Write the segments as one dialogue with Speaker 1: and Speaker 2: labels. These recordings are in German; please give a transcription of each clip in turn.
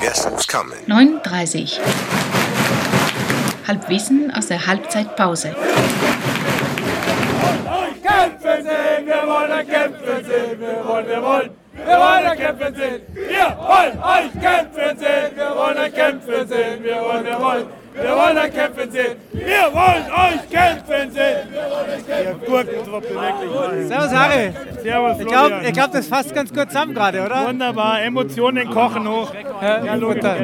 Speaker 1: guess who's coming.
Speaker 2: 39. Halbwissen aus der Halbzeitpause.
Speaker 3: Kämpfen sehen, wir wollen kämpfen sehen, wir wollen, wir wollen, wir wollen kämpfen sehen. Wir wollen euch kämpfen sehen, wir wollen kämpfen sehen, wir wollen, wir wollen, wir wollen kämpfen sehen. Wir wollen euch kämpfen sehen. Ihr Gurkentruppe wirklich.
Speaker 4: Servus Harry.
Speaker 3: Servus,
Speaker 4: Ich glaube, ich glaub, das fasst ganz gut zusammen gerade, oder?
Speaker 3: Wunderbar, Emotionen kochen hoch.
Speaker 4: Ja, Lothar.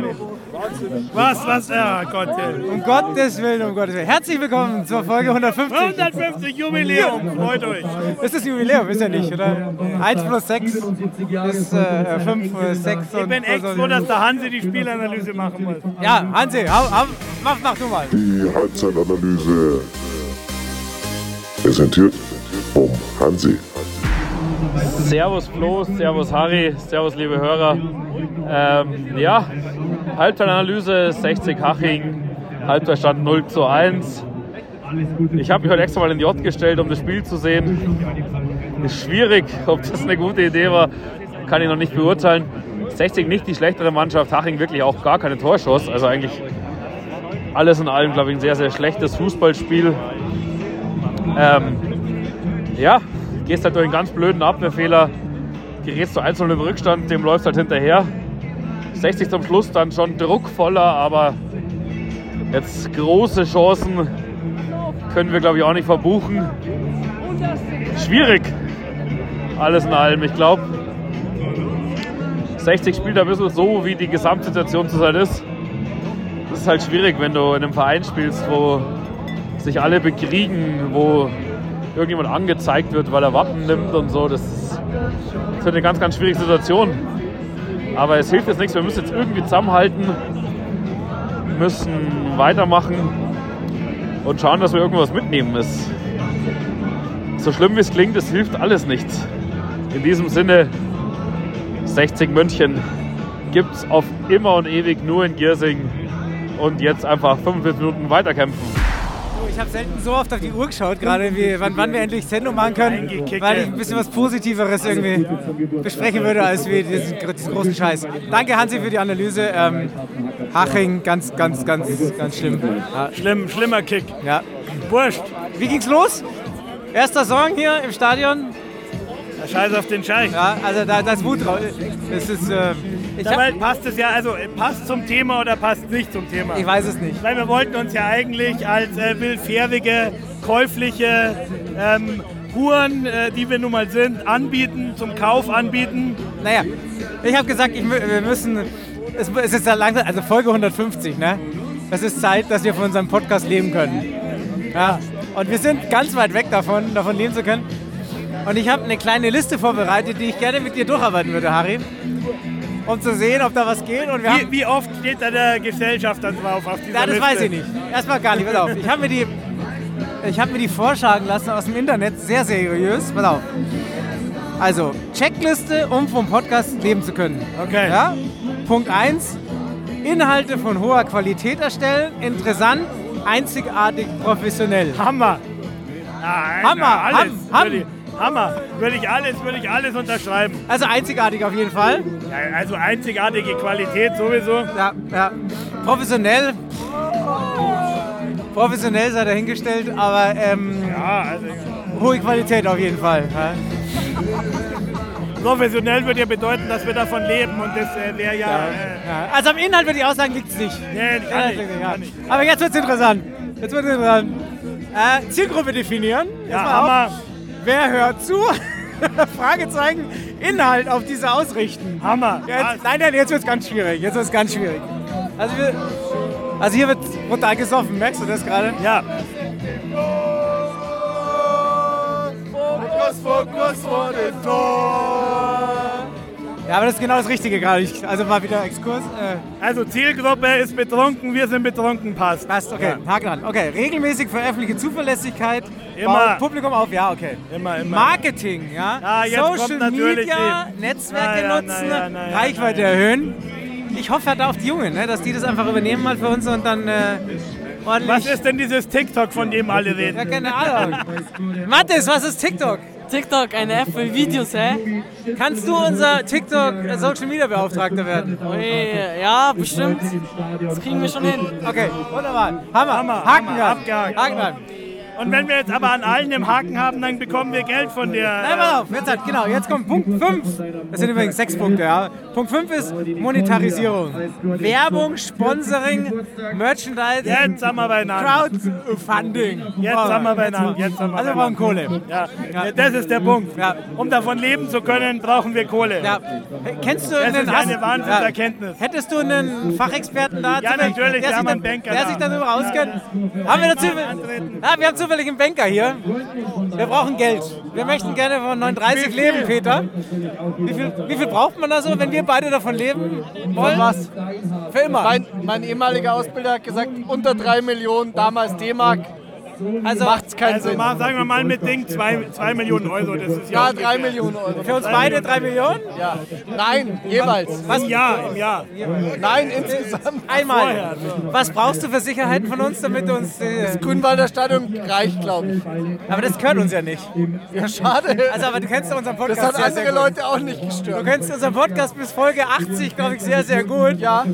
Speaker 3: Was, was, ja, Gott.
Speaker 4: Um Gottes Willen, um Gottes Willen. Herzlich willkommen zur Folge 150.
Speaker 3: 150 Jubiläum, freut euch.
Speaker 4: Ist das Jubiläum? Ist ja nicht, oder? 1 plus 6 ist äh, 5, 6 und...
Speaker 3: Ich bin echt froh, dass der Hansi die Spielanalyse machen muss.
Speaker 4: Ja, Hansi, hau, hau, mach, mach du mal.
Speaker 5: Die Halbzeitanalyse präsentiert vom Hansi.
Speaker 6: Servus Flo, Servus Harry, Servus liebe Hörer. Ähm, ja, Halbzeitanalyse 60 Haching, Halbzeitstand 0 zu 1. Ich habe mich heute extra mal in die J gestellt, um das Spiel zu sehen. Ist schwierig, ob das eine gute Idee war, kann ich noch nicht beurteilen. 60 nicht die schlechtere Mannschaft, Haching wirklich auch gar keine Torschuss. Also eigentlich alles in allem, glaube ich, ein sehr, sehr schlechtes Fußballspiel. Ähm, ja, gehst halt durch einen ganz blöden Abwehrfehler, gerätst du 1-0 im Rückstand, dem läufst halt hinterher. 60 zum Schluss dann schon druckvoller, aber jetzt große Chancen können wir, glaube ich, auch nicht verbuchen. Schwierig, alles in allem, ich glaube. 60 spielt ein bisschen so, wie die Gesamtsituation zurzeit ist. Das ist halt schwierig, wenn du in einem Verein spielst, wo sich alle bekriegen, wo irgendjemand angezeigt wird, weil er Wappen nimmt und so. Das ist, das wird eine ganz, ganz schwierige Situation. Aber es hilft jetzt nichts. Wir müssen jetzt irgendwie zusammenhalten, müssen weitermachen und schauen, dass wir irgendwas mitnehmen. Es, so schlimm wie es klingt, es hilft alles nichts. In diesem Sinne, 60 München gibt es auf immer und ewig nur in Giersing. Und jetzt einfach 45 Minuten weiterkämpfen.
Speaker 4: Ich habe selten so oft auf die Uhr geschaut, gerade wie, wann, wann wir endlich Sendung machen können, weil ich ein bisschen was Positiveres irgendwie besprechen würde, als wie diesen, diesen großen Scheiß. Danke, Hansi, für die Analyse. Ähm, Haching, ganz, ganz, ganz, ganz schlimm. Ja,
Speaker 3: Ah, Schlimm, schlimmer Kick.
Speaker 4: Ja.
Speaker 3: Wurscht.
Speaker 4: Wie ging's los? Erster Song hier im Stadion.
Speaker 3: Scheiß auf den Scheich.
Speaker 4: Ja, also da, da ist Wut drauf. Es ist, äh, ich, hab,
Speaker 3: Dabei passt es ja, also passt zum Thema oder passt nicht zum Thema.
Speaker 4: ich weiß es nicht.
Speaker 3: Weil wir wollten uns ja eigentlich als äh, willfährige, käufliche ähm, Huren, äh, die wir nun mal sind, anbieten, zum Kauf anbieten.
Speaker 4: Naja, ich habe gesagt, ich, mü- wir müssen. Es, es ist ja langsam, also Folge 150, ne? Es ist Zeit, dass wir von unserem Podcast leben können. Ja. Und wir sind ganz weit weg davon, davon leben zu können. Und ich habe eine kleine Liste vorbereitet, die ich gerne mit dir durcharbeiten würde, Harry. Um zu sehen, ob da was geht. Und wir haben,
Speaker 3: Wie, wie oft steht da der Gesellschafter drauf auf dieser
Speaker 4: ja, das
Speaker 3: Liste?
Speaker 4: weiß ich nicht. Erstmal gar nicht, pass auf. Ich habe mir, die- ich hab mir die vorschlagen lassen aus dem Internet, sehr seriös. Pass auf. Also, Checkliste, um vom Podcast leben zu können.
Speaker 3: Okay.
Speaker 4: Ja? Punkt 1. Inhalte von hoher Qualität erstellen, interessant, einzigartig, professionell.
Speaker 3: Hammer. Nein,
Speaker 4: Hammer,
Speaker 3: nein, alles.
Speaker 4: Hamm, Hamm.
Speaker 3: Würde ich, Hammer. Würde ich alles, würde ich alles unterschreiben.
Speaker 4: Also einzigartig auf jeden Fall.
Speaker 3: Ja, also einzigartige Qualität sowieso.
Speaker 4: Ja, ja. Professionell. Professionell sei dahingestellt, aber ähm,
Speaker 3: Ja, also
Speaker 4: hohe Qualität auf jeden Fall. Ja.
Speaker 3: professionell würde ja bedeuten, dass wir davon leben und das äh, wäre ja. Äh,
Speaker 4: Ja, also am Inhalt würde ich auch sagen, liegt es nicht.
Speaker 3: Nee, kann
Speaker 4: Ja,
Speaker 3: nicht,
Speaker 4: liegt's
Speaker 3: kann nicht.
Speaker 4: ja. Aber jetzt wird es interessant. Jetzt wird interessant. Äh, Zielgruppe definieren.
Speaker 3: Ja,
Speaker 4: Erstmal auf.
Speaker 3: Hammer,
Speaker 4: Wer hört zu? Fragezeichen. Inhalt auf diese ausrichten.
Speaker 3: Hammer.
Speaker 4: Jetzt, nein, nein, jetzt wird es ganz schwierig. Jetzt wird es ganz schwierig. Also, wir, also hier wird brutal gesoffen. Merkst du das gerade?
Speaker 3: Ja,
Speaker 4: Ja, aber das ist genau das Richtige gerade. Ich- Also mal wieder Exkurs. Äh,
Speaker 3: also Zielgruppe ist betrunken, wir sind betrunken, passt.
Speaker 4: passt, okay. Haken an. Okay, regelmäßig veröffentliche Zuverlässigkeit.
Speaker 3: Immer.
Speaker 4: Baut Publikum auf. Ja, okay.
Speaker 3: Ja. Immer, immer.
Speaker 4: Marketing, ja.
Speaker 3: Ah, jetzt kommt
Speaker 4: Social
Speaker 3: natürlich
Speaker 4: Media,
Speaker 3: die- Na
Speaker 4: Netzwerke
Speaker 3: ja,
Speaker 4: nutzen,
Speaker 3: na ja, na ja,
Speaker 4: Reichweite
Speaker 3: na ja.
Speaker 4: erhöhen. Ich hoffe halt auf die Jungen, ne, dass die das einfach übernehmen mal für uns und dann äh, ordentlich.
Speaker 3: Was ist denn dieses TikTok, von dem alle
Speaker 4: Ja,
Speaker 3: reden?
Speaker 4: keine Ahnung. Mathis, was ist TikTok?
Speaker 7: TikTok, eine App für Videos, hä?
Speaker 4: Kannst du unser TikTok äh, Social Media Beauftragter werden?
Speaker 7: Ui, Oh, ja, bestimmt. Das kriegen wir schon hin.
Speaker 4: Okay, wunderbar. Hammer.
Speaker 3: Hammer,
Speaker 4: Haken
Speaker 3: Hammer,
Speaker 4: dran.
Speaker 3: abgehakt.
Speaker 4: Haken dran.
Speaker 3: Und wenn wir jetzt aber an allen im Haken haben, dann bekommen wir Geld von
Speaker 4: Nein,
Speaker 3: der.
Speaker 4: pass auf, jetzt halt, genau, jetzt kommt Punkt 5. Das sind übrigens sechs Punkte, ja. Punkt 5 ist Monetarisierung. Werbung, Sponsoring, Merchandising,
Speaker 3: Jetzt haben wir beieinander.
Speaker 4: Crowdfunding.
Speaker 3: Jetzt
Speaker 4: Oh,
Speaker 3: haben wir beieinander. Jetzt haben wir
Speaker 4: Also wir brauchen Kohle.
Speaker 3: Ja,
Speaker 4: Ja.
Speaker 3: das ist der Punkt.
Speaker 4: Ja.
Speaker 3: Um davon leben zu können, brauchen wir Kohle.
Speaker 4: Ja. Kennst du
Speaker 3: Das
Speaker 4: einen
Speaker 3: ist eine Wahnsinnserkenntnis.
Speaker 4: Hättest du einen Fachexperten da?
Speaker 3: Ja,
Speaker 4: zufällig,
Speaker 3: natürlich, wir
Speaker 4: der sich,
Speaker 3: haben
Speaker 4: da,
Speaker 3: einen Banker
Speaker 4: der
Speaker 3: da.
Speaker 4: sich darüber auskennt. Haben wir, da zufällig, ja, wir haben zufällig einen Banker hier. Wir brauchen Geld. Wir möchten gerne von 39 leben, Peter. Wie viel, wie viel braucht man da so, wenn wir beide davon leben wollen? was? Für immer.
Speaker 8: Mein, mein ehemaliger Ausbilder hat gesagt, unter 3 Millionen, damals D-Mark,
Speaker 4: also
Speaker 8: macht's keinen
Speaker 3: Also
Speaker 8: Sinn.
Speaker 3: mal, sagen wir mal mit Ding 2 Millionen Euro. Das ist
Speaker 8: ja,
Speaker 3: ungefähr.
Speaker 8: 3 Millionen Euro.
Speaker 4: für uns beide 3 Millionen?
Speaker 8: Ja. Nein, jeweils.
Speaker 4: Was?
Speaker 3: Im Jahr, im Jahr.
Speaker 8: Nein, insgesamt.
Speaker 4: Einmal.
Speaker 3: also.
Speaker 4: Was brauchst du für Sicherheiten von uns, damit du uns... Äh,
Speaker 8: Grünwalder Stadion reicht, glaube ich.
Speaker 4: aber das gehört uns ja nicht.
Speaker 8: Ja, schade.
Speaker 4: Also, aber du kennst ja unseren
Speaker 8: das
Speaker 4: Podcast
Speaker 8: hat
Speaker 4: sehr, sehr
Speaker 8: andere
Speaker 4: gut.
Speaker 8: Leute auch nicht
Speaker 4: Du
Speaker 8: gestört.
Speaker 4: kennst unseren Podcast bis Folge 80, glaube ich, sehr, sehr gut.
Speaker 8: Ja,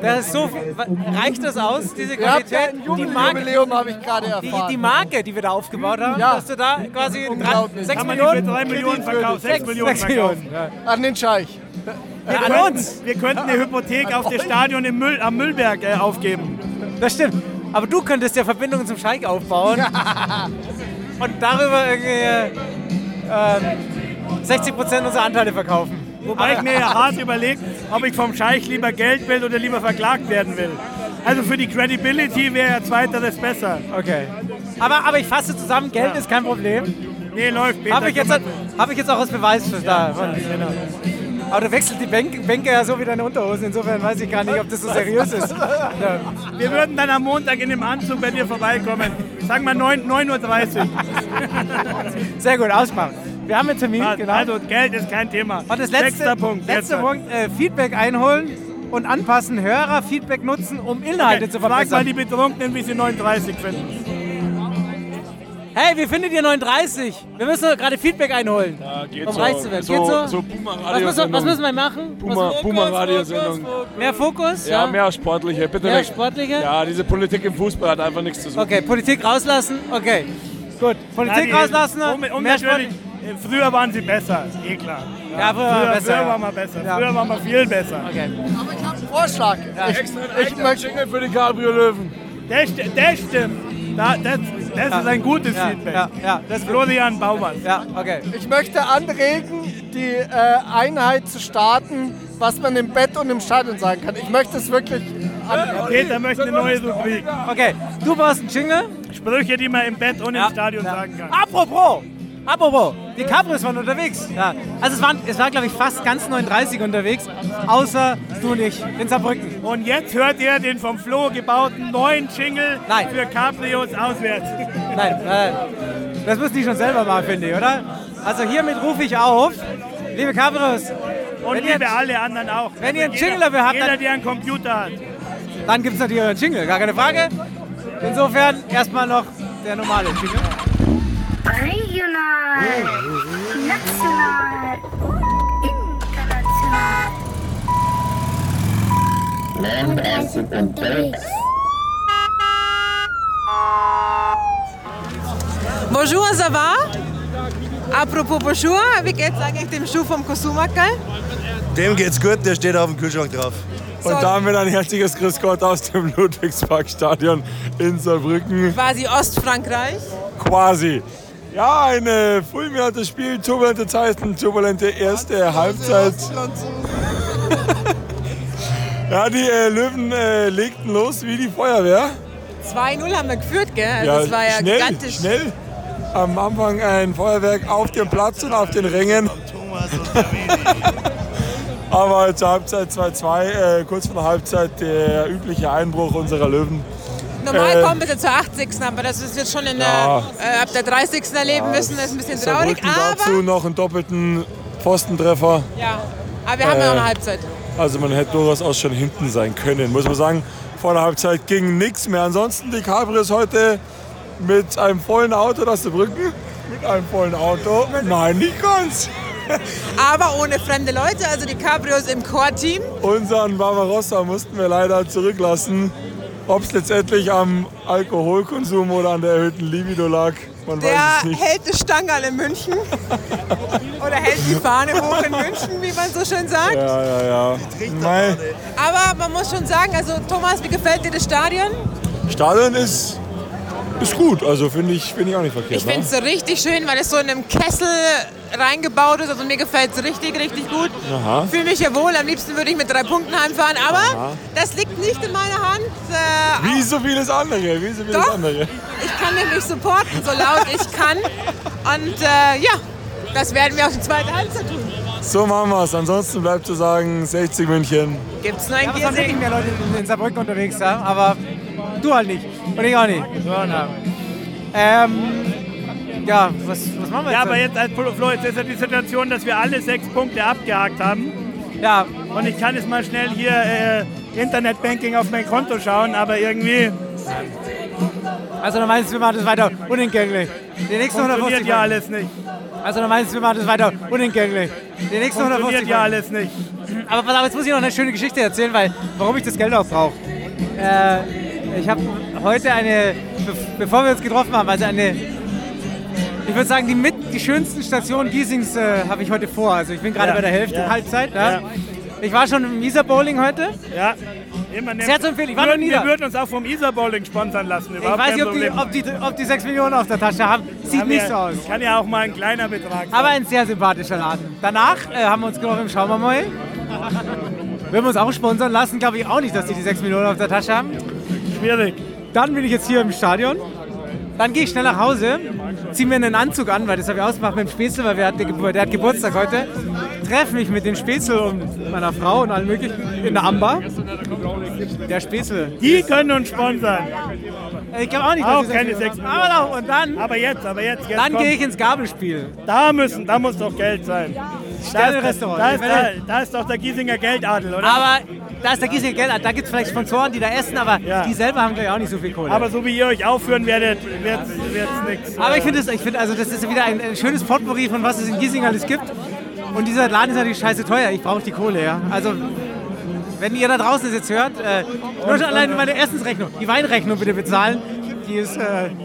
Speaker 4: Das ist so viel. Reicht das aus, diese
Speaker 8: ihr habt ja
Speaker 4: Qualität?
Speaker 8: ein
Speaker 4: Die Marke,
Speaker 8: Jubiläum, habe ich gerade
Speaker 4: die,
Speaker 8: erfahren.
Speaker 4: die Marke, die wir da aufgebaut haben,
Speaker 8: Ja.
Speaker 4: dass du da quasi
Speaker 8: Unglaublich.
Speaker 4: 6
Speaker 3: Haben wir nicht
Speaker 4: Millionen.
Speaker 3: für 3 Millionen verkauft, 6 Millionen
Speaker 4: sechs
Speaker 3: verkauft.
Speaker 4: Millionen. Ja.
Speaker 8: An den Scheich.
Speaker 4: Ja, an uns.
Speaker 3: Wir könnten eine Hypothek auf das Stadion im Müll, am Müllberg äh, aufgeben.
Speaker 4: Das stimmt. Aber du könntest ja Verbindungen zum Scheich aufbauen. Und darüber irgendwie äh, ähm, 60 Prozent unserer Anteile verkaufen.
Speaker 3: Wobei ich mir ja hart überlege, ob ich vom Scheich lieber Geld will oder lieber verklagt werden will. Also für die Credibility wäre ja zweiteres besser.
Speaker 4: Okay. Aber, aber ich fasse zusammen, Geld ist kein Problem.
Speaker 3: Nee, läuft. Peter,
Speaker 4: Habe ich, jetzt-
Speaker 3: komm
Speaker 4: hab ich jetzt auch als Beweis für da.
Speaker 3: genau.
Speaker 4: Aber da wechselt die Bank, Banker ja so wie deine Unterhosen. Insofern weiß ich gar nicht, ob das so seriös ist.
Speaker 3: mal. Wir würden dann am Montag in dem Anzug bei dir vorbeikommen. Sagen wir 9 9.30 Uhr.
Speaker 4: Sehr gut, ausmachen. Wir haben einen Termin, genau.
Speaker 3: Also Geld ist kein Thema.
Speaker 4: und das letzte,
Speaker 3: Sechster Punkt.
Speaker 4: letzter
Speaker 3: jetzt.
Speaker 4: Punkt äh, Feedback einholen und anpassen, Hörerfeedback nutzen, um Inhalte zu
Speaker 3: Frag mal die
Speaker 4: verbessern.
Speaker 3: Betrunkenen, wie sie 9.30 finden.
Speaker 4: Hey, wie findet ihr 39? Wir müssen doch gerade Feedback einholen, um reich zu werden. Geht so? was, müssen, wir- was müssen wir machen?
Speaker 9: Puma-
Speaker 4: Was-
Speaker 9: Puma Radiosendung.
Speaker 4: Fokus, Fokus. Mehr Fokus?
Speaker 9: Ja, mehr sportliche, bitte
Speaker 4: Mehr
Speaker 9: weg.
Speaker 4: sportliche?
Speaker 9: Ja, diese Politik im Fußball hat einfach nichts zu suchen.
Speaker 4: Okay, Politik rauslassen? Okay. Gut, Politik
Speaker 3: Ja, die-
Speaker 4: rauslassen,
Speaker 3: Um, um
Speaker 4: mehr
Speaker 3: natürlich, äh, früher waren sie besser, eh klar.
Speaker 4: Ja, früher waren wir
Speaker 3: früher,
Speaker 4: besser,
Speaker 3: früher
Speaker 4: ja.
Speaker 3: waren wir besser.
Speaker 4: Ja.
Speaker 3: Früher waren wir viel besser.
Speaker 4: Okay.
Speaker 8: Aber ich habe einen Vorschlag. Ich, ich möchte
Speaker 9: Jingle für die Cabrio Löwen.
Speaker 3: Das, sti- das stimmt. Da, das das ist ein gutes
Speaker 4: Ja,
Speaker 3: Feedback.
Speaker 4: ja, ja, das-
Speaker 3: Florian Baumann.
Speaker 4: Ja, okay.
Speaker 8: Ich möchte anregen, die äh, Einheit zu starten, was man im Bett und im Stadion sagen kann. Ich möchte es wirklich anregen.
Speaker 3: Peter möchte eine neue Rubrik.
Speaker 4: Okay, du baust einen Jingle?
Speaker 3: Sprüche, die man im Bett und
Speaker 4: Ja,
Speaker 3: im Stadion
Speaker 4: ja.
Speaker 3: sagen kann.
Speaker 4: Apropos, apropos, die Cabrios waren unterwegs. Ja. Also es, waren, es war, glaube ich, fast ganz 39 unterwegs, außer du und ich in Saarbrücken.
Speaker 3: Und jetzt hört ihr den vom Flo gebauten neuen Jingle
Speaker 4: Nein.
Speaker 3: für Cabrios auswärts.
Speaker 4: Nein, nein, das müssen die schon selber machen, finde ich, oder? Also hiermit rufe ich auf, liebe Cabrios,
Speaker 3: Und
Speaker 4: Wenn ihr-
Speaker 3: liebe alle anderen auch.
Speaker 4: wenn ihr einen
Speaker 3: Jeder-
Speaker 4: Jingle dafür habt,
Speaker 3: Jeder,
Speaker 4: dann-
Speaker 3: der einen Computer hat.
Speaker 4: dann gibt es natürlich euren Jingle, gar keine Frage. Insofern erstmal noch der normale Jingle.
Speaker 10: Regional, national, international.
Speaker 7: Bonjour, ça va? Apropos Bonjour, wie geht's eigentlich dem Schuh vom Kosumakel?
Speaker 11: Dem geht's gut, der steht auf dem Kühlschrank drauf.
Speaker 9: Und damit ein herzliches Grüß Gott aus dem Ludwigsparkstadion in Saarbrücken.
Speaker 7: Quasi Ostfrankreich.
Speaker 9: Quasi. Ja, eine fulminantes Spiel, turbulente Zeiten, turbulente erste Halbzeit. Ja, die äh, Löwen äh, legten los wie die Feuerwehr.
Speaker 7: 2-0 haben wir geführt, gell? das war ja
Speaker 9: schnell,
Speaker 7: gigantisch.
Speaker 9: schnell. Am Anfang ein Feuerwerk auf dem Platz und auf den Rängen. Aber zur Halbzeit 2-2, äh, kurz vor der Halbzeit der übliche Einbruch unserer Löwen.
Speaker 7: Normal
Speaker 9: Äh,
Speaker 7: kommen wir Also zur 80. Aber das ist jetzt schon in der,
Speaker 9: Ja.
Speaker 7: äh, ab der 30. erleben müssen, das ist ein bisschen traurig.
Speaker 9: Saarbrücken dazu
Speaker 7: Aber,
Speaker 9: noch einen doppelten Pfostentreffer.
Speaker 7: ja. aber wir haben ja noch
Speaker 9: Äh,
Speaker 7: eine Halbzeit.
Speaker 9: Also man hätte durchaus auch schon hinten sein können, muss man sagen. Vor der Halbzeit ging nichts mehr. Ansonsten die Cabris heute mit einem vollen Auto, das ist die Brücken. Mit einem vollen Auto. Nein, nicht ganz.
Speaker 7: Aber ohne fremde Leute, also die Cabrios im Core-Team.
Speaker 9: Unseren Barbarossa mussten wir leider zurücklassen. Ob es letztendlich am Alkoholkonsum oder an der erhöhten Libido lag, man weiß
Speaker 7: Der
Speaker 9: es nicht.
Speaker 7: hält das Stangerl in München. Oder hält die Fahne hoch in München, wie man so schön sagt.
Speaker 9: Ja, ja, ja. Nein,
Speaker 7: Aber man muss schon sagen, also Thomas, wie gefällt dir das Stadion?
Speaker 9: Stadion ist, ist gut, also finde ich, find ich auch nicht verkehrt. ne?
Speaker 7: Ich finde es richtig schön, weil es so in einem Kessel reingebaut ist. Also mir gefällt es richtig, richtig gut.
Speaker 9: Aha.
Speaker 7: Fühle mich hier wohl. Am liebsten würde ich mit drei Punkten heimfahren. Aber
Speaker 9: Aha.
Speaker 7: das liegt nicht in meiner Hand. Äh,
Speaker 9: Wie so vieles andere, wie so vieles
Speaker 7: Doch.
Speaker 9: andere.
Speaker 7: ich kann mich nicht supporten, so laut ich kann. Und äh, ja, das werden wir auch die zweite Halbzeit tun.
Speaker 9: So machen wir es. Ansonsten bleibt zu sagen, 60 München.
Speaker 7: Gibt es noch ein
Speaker 4: Ja, es haben wirklich mehr Leute in- in Saarbrücken unterwegs, ja? aber du halt nicht. Und ich auch nicht. So, na. Ähm, ja, was, was machen wir jetzt?
Speaker 3: Ja, aber
Speaker 4: denn?
Speaker 3: jetzt, als Flo, jetzt ist ja die Situation, dass wir alle sechs Punkte abgehakt haben.
Speaker 4: Ja.
Speaker 3: Und ich kann jetzt mal schnell hier äh, Internetbanking auf mein Konto schauen, aber irgendwie
Speaker 4: Also dann meinst du, wir machen das weiter unentgeltlich. Die nächsten
Speaker 3: funktioniert
Speaker 4: 150
Speaker 3: ja
Speaker 4: Folgen.
Speaker 3: alles nicht.
Speaker 4: Also dann meinst du, wir machen das weiter unentgeltlich. Die nächsten 150
Speaker 3: Funktioniert ja
Speaker 4: Folgen.
Speaker 3: alles nicht.
Speaker 4: Aber pass auf, jetzt muss ich noch eine schöne Geschichte erzählen, weil warum ich das Geld auch brauche. Äh, ich habe heute eine, be bevor wir uns getroffen haben, also eine, ich würde sagen, die, mit, die schönsten Stationen Giesings äh, habe ich heute vor. Also ich bin gerade
Speaker 3: Ja,
Speaker 4: bei der Hälfte,
Speaker 3: ja,
Speaker 4: Halbzeit.
Speaker 3: ja.
Speaker 4: Ne? Ich war schon im Isar Bowling heute.
Speaker 3: Ja, immer
Speaker 4: Sehr zu empfehlen, ich war noch nie
Speaker 3: Wir
Speaker 4: da.
Speaker 3: würden uns auch vom Isar Bowling sponsern lassen.
Speaker 4: Ich
Speaker 3: überhaupt
Speaker 4: weiß
Speaker 3: kein
Speaker 4: nicht, ob die,
Speaker 3: Problem.
Speaker 4: ob, die, ob die 6 Millionen auf der Tasche haben. Sieht
Speaker 3: Haben
Speaker 4: nicht
Speaker 3: wir-
Speaker 4: so aus.
Speaker 3: Kann ja auch mal ein kleiner Betrag sein.
Speaker 4: Aber ein sehr sympathischer Laden. Danach äh, haben wir uns getroffen im Schaumamoy. Würden wir uns auch sponsern lassen, glaube ich auch nicht, dass die die 6 Millionen auf der Tasche haben.
Speaker 3: Schwierig.
Speaker 4: Dann bin ich jetzt hier im Stadion. Dann gehe ich schnell nach Hause, ziehe mir einen Anzug an, weil das habe ich ausgemacht mit dem Spätzle, weil wir hatten, Gebur- der hat Geburtstag heute. Treffe mich mit dem Spätzle und meiner Frau und allen möglichen in der Amber. Der Spätzle. Äh,
Speaker 3: Die können uns sponsern.
Speaker 4: Ich glaube auch nicht, dass
Speaker 3: Auch
Speaker 4: die
Speaker 3: keine
Speaker 4: 6
Speaker 3: 6
Speaker 4: Millionen. Aber doch, und dann,
Speaker 3: Aber jetzt, aber jetzt. jetzt
Speaker 4: dann
Speaker 3: kommt-
Speaker 4: gehe ich ins Gabelspiel.
Speaker 3: Da müssen, da muss doch Geld sein. Da ist,
Speaker 4: Sterne-Restaurant.
Speaker 3: da, ist, da, da ist doch der Giesinger Geldadel, oder?
Speaker 4: Aber da ist der Giesinger Geld, da gibt es vielleicht Sponsoren, die da essen, aber
Speaker 3: Ja.
Speaker 4: die selber haben, glaube ich, auch nicht so viel Kohle.
Speaker 3: Aber so wie ihr euch aufführen werdet, wird's wird's nichts.
Speaker 4: Aber ich finde, das, ich find, also das ist wieder ein, ein schönes Potpourri von was es in Giesing alles gibt. Und dieser Laden ist natürlich scheiße teuer. Ich brauche die Kohle, ja. Also, wenn ihr da draußen das jetzt hört, äh, nur schon alleine meine Essensrechnung, die Weinrechnung bitte bezahlen. Die ist, äh,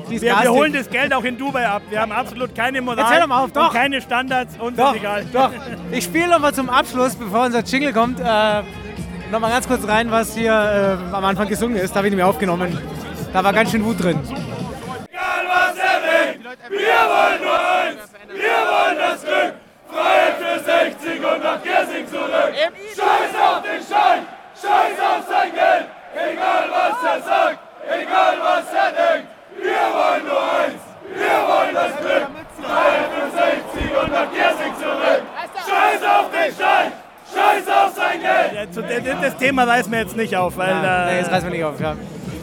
Speaker 4: die ist
Speaker 3: Wir, wir
Speaker 4: garstig.
Speaker 3: holen das Geld auch in Dubai ab. Wir haben absolut keine Moral.
Speaker 4: Jetzt hör doch mal auf, doch.
Speaker 3: Und keine Standards. Uns
Speaker 4: Doch,
Speaker 3: ist egal.
Speaker 4: doch. Ich spiele nochmal zum Abschluss, bevor unser Jingle kommt, äh, nochmal ganz kurz rein, was hier äh, am Anfang gesungen ist. Da habe ich nämlich aufgenommen. Da war ganz schön Wut drin.
Speaker 12: Wir wollen nur eins, wir wollen das Glück. Freiheit für 60 und nach Giersing zurück. Scheiß auf den Schein, scheiß auf sein Geld. Egal was er sagt, egal was er denkt. Wir wollen nur eins, wir wollen das Glück. Freiheit für 60 und nach Giersing zurück. Scheiß auf den Schein, scheiß auf sein Geld.
Speaker 3: Ja, zu- Das, das Thema reißen wir jetzt nicht auf, weil
Speaker 4: Ja, Ah, nee,
Speaker 3: äh,
Speaker 4: jetzt reißen wir nicht auf. Ja.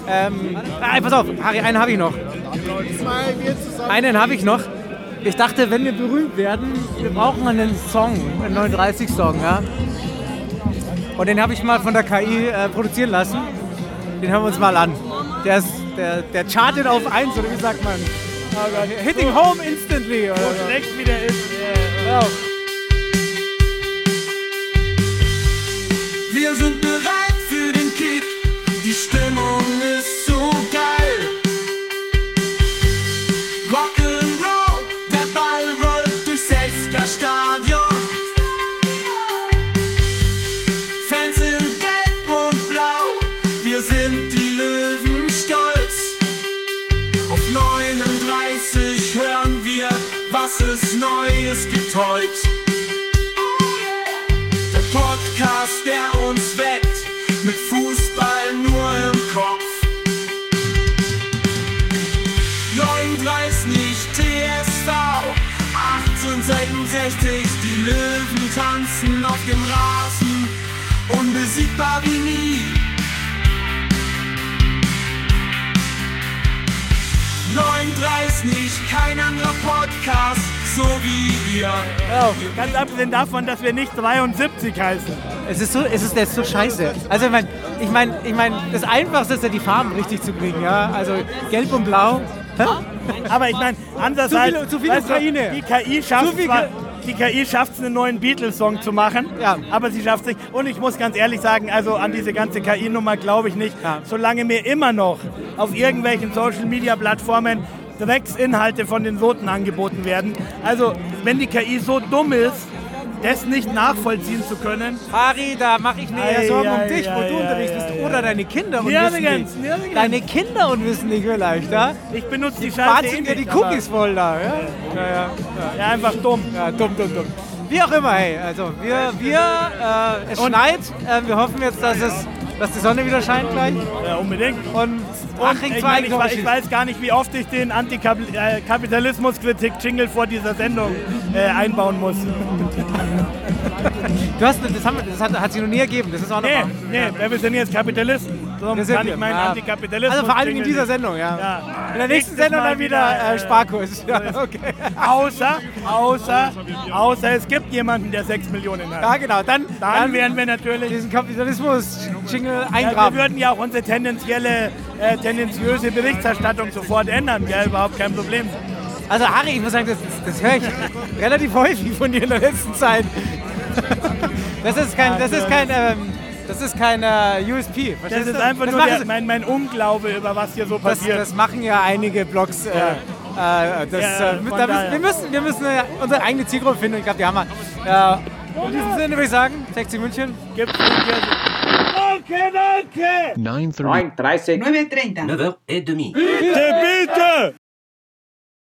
Speaker 4: Ähm, ah, pass auf, Harry, einen habe ich noch. Einen habe ich noch. Ich dachte, wenn wir berühmt werden, wir brauchen einen Song, einen 39-Song. Ja? Und den habe ich mal von der KI äh, produzieren lassen. Den hören wir uns mal an. Der, ist, der, der chartet auf 1, oder wie sagt man? Hitting home instantly. Oder? so.
Speaker 3: schlecht wie der ist.
Speaker 4: Hör auf.
Speaker 12: Wir sind bereit für den Kick. Die Stimmung ist so geil. Rock'n'Roll, der Ball rollt durchs Elster Stadion. Fans in Gelb und Blau, wir sind die Löwen stolz. Auf 39 hören wir, was es Neues gibt heute. Der Podcast, der uns weckt, mit Fußball nur im Kopf. 39 TSV, 1866, die Löwen tanzen auf dem Rasen, unbesiegbar wie nie. 39, kein anderer Podcast so wie wir.
Speaker 3: Ganz abgesehen davon, dass wir nicht 73 heißen.
Speaker 4: Es ist so, es ist, das ist so scheiße. Also ich meine, ich meine, ich mein, das Einfachste ist ja die Farben richtig zu kriegen, ja. Also gelb und blau. Hä?
Speaker 3: Aber ich meine,
Speaker 4: Zu
Speaker 3: andererseits,
Speaker 4: viel, zu viel
Speaker 3: weißt du,
Speaker 4: Ukraine.
Speaker 3: die KI schafft
Speaker 4: Zu viel
Speaker 3: zwar,
Speaker 4: Ka-
Speaker 3: die KI schafft es, einen neuen Beatles-Song zu machen, aber sie schafft es nicht. Und ich muss ganz ehrlich sagen, also an diese ganze KI-Nummer glaube ich nicht, solange mir immer noch auf irgendwelchen Social-Media-Plattformen Drecksinhalte von den Soten angeboten werden. Also, wenn die KI so dumm ist, das nicht nachvollziehen zu können.
Speaker 4: Harry, da mache ich mir eher Sorgen um dich, wo du unterwegs bist. Oder deine Kinder und
Speaker 3: Nirgends,
Speaker 4: wissen nicht.
Speaker 3: nirgends.
Speaker 4: Deine Kinder und wissen nicht vielleicht, ja?
Speaker 3: Ich benutze die Scheiße eh
Speaker 4: Wahnsinn, dir die
Speaker 3: nicht, aber-
Speaker 4: Cookies voll da, ja? Ja, ja,
Speaker 3: ja einfach dumm.
Speaker 4: Ja, dumm, dumm, dumm. Wie auch immer, hey, also wir, wir äh, es schneit, äh, wir hoffen jetzt, dass es, dass die Sonne wieder scheint gleich.
Speaker 3: Ja, unbedingt.
Speaker 4: Und Aching
Speaker 3: ich,
Speaker 4: 2
Speaker 3: meine, ich, wei- ich weiß gar nicht, wie oft ich den Antikapitalismus-Kritik-Jingle vor dieser Sendung äh, einbauen muss.
Speaker 4: Du hast, das, haben, wir- das hat, hat sich noch nie ergeben, das ist auch
Speaker 3: Nee,
Speaker 4: nochmal.
Speaker 3: nee, wer wir sind jetzt Kapitalisten. Sonst
Speaker 4: Das sind
Speaker 3: kann
Speaker 4: wir,
Speaker 3: ich meinen
Speaker 4: ja.
Speaker 3: Antikapitalismus.
Speaker 4: Also vor allem in
Speaker 3: Jingle
Speaker 4: dieser
Speaker 3: nicht.
Speaker 4: Sendung, ja.
Speaker 3: Ja.
Speaker 4: In der nächsten
Speaker 3: Nächstes
Speaker 4: Sendung
Speaker 3: Mal
Speaker 4: dann wieder
Speaker 3: wieder,
Speaker 4: äh, Sparkurs. Ja, okay.
Speaker 3: Außer, außer, außer es gibt jemanden, der 6 Millionen hat.
Speaker 4: Ja, genau. Dann,
Speaker 3: Dann wären wir natürlich-
Speaker 4: diesen Kapitalismus-Jingle
Speaker 3: Ja, wir
Speaker 4: eingraben.
Speaker 3: würden ja auch unsere tendenzielle, äh, tendenziöse Berichterstattung sofort ändern. Ja, überhaupt kein Problem.
Speaker 4: also Harry, ich muss sagen, das, das höre ich relativ häufig von dir in der letzten Zeit. Das ist kein, das ist kein, ähm, das ist kein äh, USP.
Speaker 3: Das
Speaker 4: Verstehst
Speaker 3: ist
Speaker 4: du?
Speaker 3: einfach
Speaker 4: das
Speaker 3: nur
Speaker 4: machen
Speaker 3: der, mein, mein Unglaube, über was hier so
Speaker 4: Das,
Speaker 3: passiert.
Speaker 4: das machen ja einige Blogs. Äh, äh, das,
Speaker 3: Ja,
Speaker 4: äh,
Speaker 3: von
Speaker 4: da müssen,
Speaker 3: daher.
Speaker 4: wir müssen, wir müssen äh, unsere eigene Zielgruppe finden. und Ich glaube, die haben wir. Äh, in diesem Sinne würde ich sagen, 60 München.
Speaker 3: Gibt's Danke, danke!
Speaker 13: 9.30
Speaker 14: 9.30
Speaker 13: 9h30
Speaker 3: Bitte, bitte!